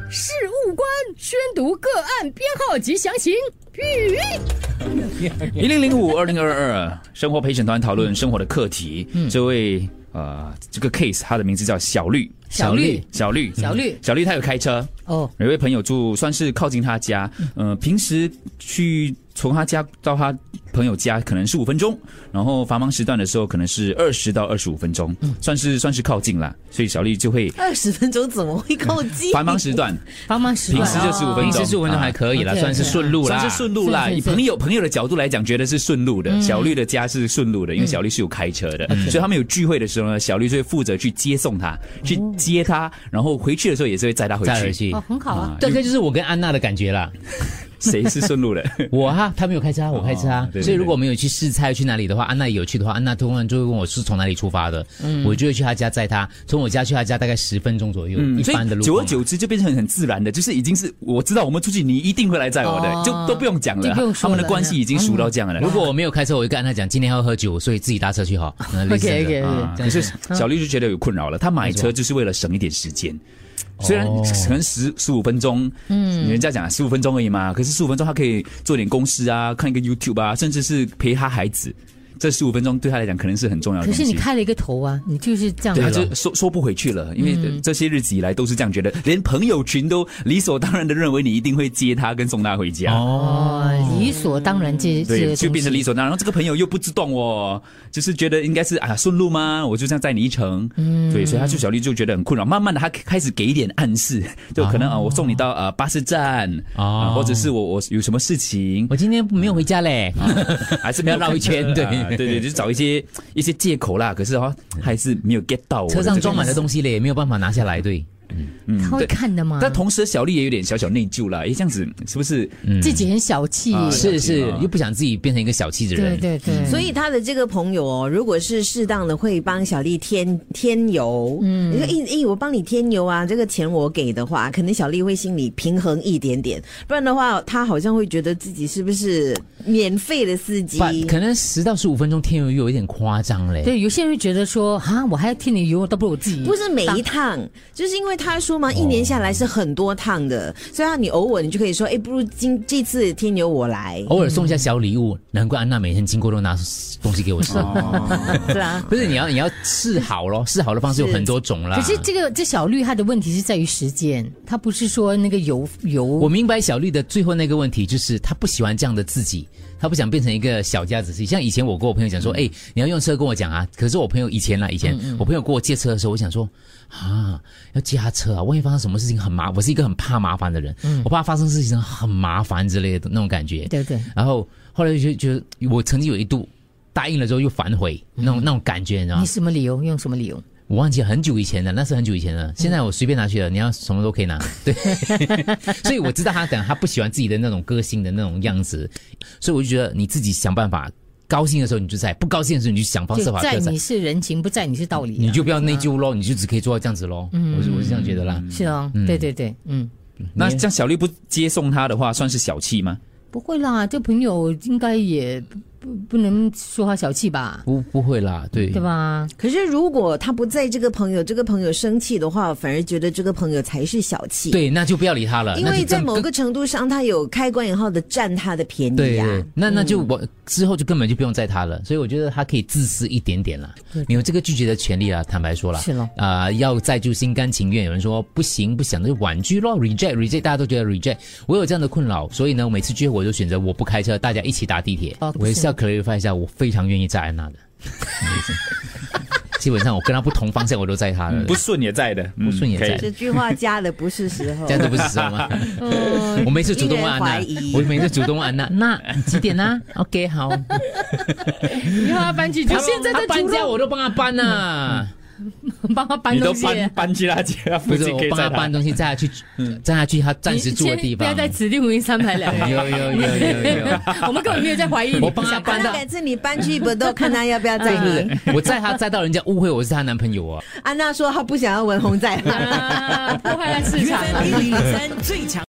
务官宣读个案编号及详情。吁一零零五二零二二生活陪审团讨论生活的课题。嗯这位呃，这个 case 他的名字叫小绿，小绿小绿，嗯小绿小绿，他有开车。哦，嗯有一位朋友住算是靠近他家，呃，平时去从他家到他朋友家可能是五分钟，然后繁忙时段的时候可能是二十到二十五分钟，嗯算是算是靠近啦。所以小绿就会二十分钟怎么会靠近？繁忙时段，帮忙十平时就15分钟哦哦平时十五分钟还可以啦，啊算是顺路啦。算是顺路啦。是是以是朋友朋友的角度来讲，觉得是顺路的。小绿的家是顺路的，因为小绿是有开车的，所以他们有聚会的时候呢，小绿就会负责去接送他，去接他，然后回去的时候也是会载他回再回去。去哦，，很好啊。大概就是我跟安娜的感 觉啦。谁是顺路的？我哈，他没有开车啊，我开车啊哦。对对所以如果我们有去试菜去哪里的话，安娜有去的话，安娜通常就会问我是从哪里出发的，嗯我就会去她家载她。从我家去她家大概十分钟左右，一嗯所般的以路。久而，久之就变成很自然的，就是已经是我知道我们出去，你一定会来载我的，哦就都不用讲就了。不用说他们的了关系已经熟到这样了。如果我没有开车，我就跟安娜讲今天要喝酒，所以自己搭车去好。OK OK，OK，OK 啊，可是嗯小绿就觉得有困扰了。他买车就是为了省一点时间，虽然哦可能十十五分钟，嗯，人家讲十五分钟而已嘛，可是十五分钟他可以做点公司啊，看一个 YouTube 啊，甚至是陪他孩子。这十五分钟对他来讲可能是很重要的可东是你西。开了一个头啊，你就是这样对，他啊。就收收不回去了，因嗯为这些日子以来都是这样觉得，连朋友群都理所当然的认为你一定会接他跟送他回家。哦，理所当然这这对，个就变成理所。所当然。然后这个朋友又不自动哦，就是觉得应该是啊顺路吗？我就这样载你一程。嗯，对，所以他就小绿就觉得很困扰。慢慢的，他开始给一点暗示，就可能啊，我送你到呃巴士站啊，哦或者是我我有什么事 情，我今天没有回家嘞，哦还是不要要绕一圈啊对嗯对对，就是找一些一些借口啦。可是哦，还是没有 get 到我车上装满的这个意思。了东西嘞，也没有办法拿下来。对，他会嗯对看的啊嘛。但同时，小绿也有点小小内疚啦。诶，这样子是不是？嗯自己很小气。啊嗯是是了解，又不想自己变成一个小气的对人。对对，所以他的这个朋友哦，如果是适当的，会帮小丽添添油。嗯，你说，诶、诶、我帮你添油啊，这个钱我给的话，可能小丽会心里平衡一点点，不然的话，她好像会觉得自己是不是免费的司机？ But 可能十到十五分钟添油又有一点夸张嘞。对有些人会觉得说啊，我还要替你油，倒不如我自己。不是每一趟，就是因为他说哦嘛，一年下来是很多趟的，所以啊，你偶尔你就可以说，哎，不如今这次天由我来，哦偶尔送一下小礼物，难怪安娜每天经过都拿东西给我吃。是啊。不是你要你要示好咯，示好的方式有很多种啦。可啊是这个这小绿它的问题是在于时间，它不是说那个油我油明白小绿的最后那个问题，就是她不喜欢这样的自己，她不想变成一个小家子气。像以前我跟我朋友讲说，嗯哎、你要用车跟我讲啊。可是我朋友以前啦，以前我朋友跟我借车的时候，我想说啊，要借他车啊，万一发生什么事情很麻，我是一个很怕麻烦的人，嗯我怕发生事情很麻烦之类的那种感觉。对啊对然后后来就觉得，我曾经有一度答应了之后又反悔，那种那种感觉，你知道吗你？什么理由用什么理由？我忘记很久以前的，那是很久以前的。现在我随便拿去了，你要什么都可以拿。对， 所以我知道他讲他不喜欢自己的那种个性的那种样子，所以我就觉得你自己想办法。高兴的时候你就在，不高兴的时候你就想方设就法不在要在你，是人情，不在你是道理啊。你就不要内疚咯，你就只可以做到这样子咯。我是我是这样觉得啦。是哦，对对对，嗯，那这样小绿不接送他的话，算是小气吗？不会啦，这朋友应该也不不不能说他小气吧，不不会啦，对对？吧？可是如果他不在这个朋友，这个朋友生气的话，反而觉得这个朋友才是小气。，对，那就不要理他了。因那为就在更某个程度上，他有开关以后的占他的便宜对啊。那那嗯就我之后就根本就不用载他了，所以我觉得他可以自私一点点啦。你有这个拒绝的权利啦，啊坦白说啦，是咯啊、要载就心甘情愿。有人说不行不想，那就婉拒咯，reject reject，大家都觉得 reject。我有这样的困扰，所以呢，我每次聚会我就选择我不开车，大家一起搭地铁。哦不我也是是要 clarify 一下，我非常愿意载安娜的。基本上我跟他不同方向，我都载他嗯的。不顺也在的，嗯嗯不顺也可以在这句话加的不是时 候这。样子不是知道 吗？嗯我每次主动问安令人怀娜疑，我每次主动问安娜，那你几点啊？OK，好，你让他搬去，就现在他在搬煮家肉，我都帮他搬呐、嗯帮他搬你都东西。搬搬去他家不附是近我可以嗯帮载他搬东西，载他去，载他去他暂时住的你地先不方哎要。在此地无银三百两。有有有有 有，我们根本没有在怀疑你。我帮他 搬啊那到，改次你搬去不都看他要不 要载你？我载他载到人家误会我是她男朋友啊。 安娜说她不想要文红载她。啊啊破坏了市场。一零三最强。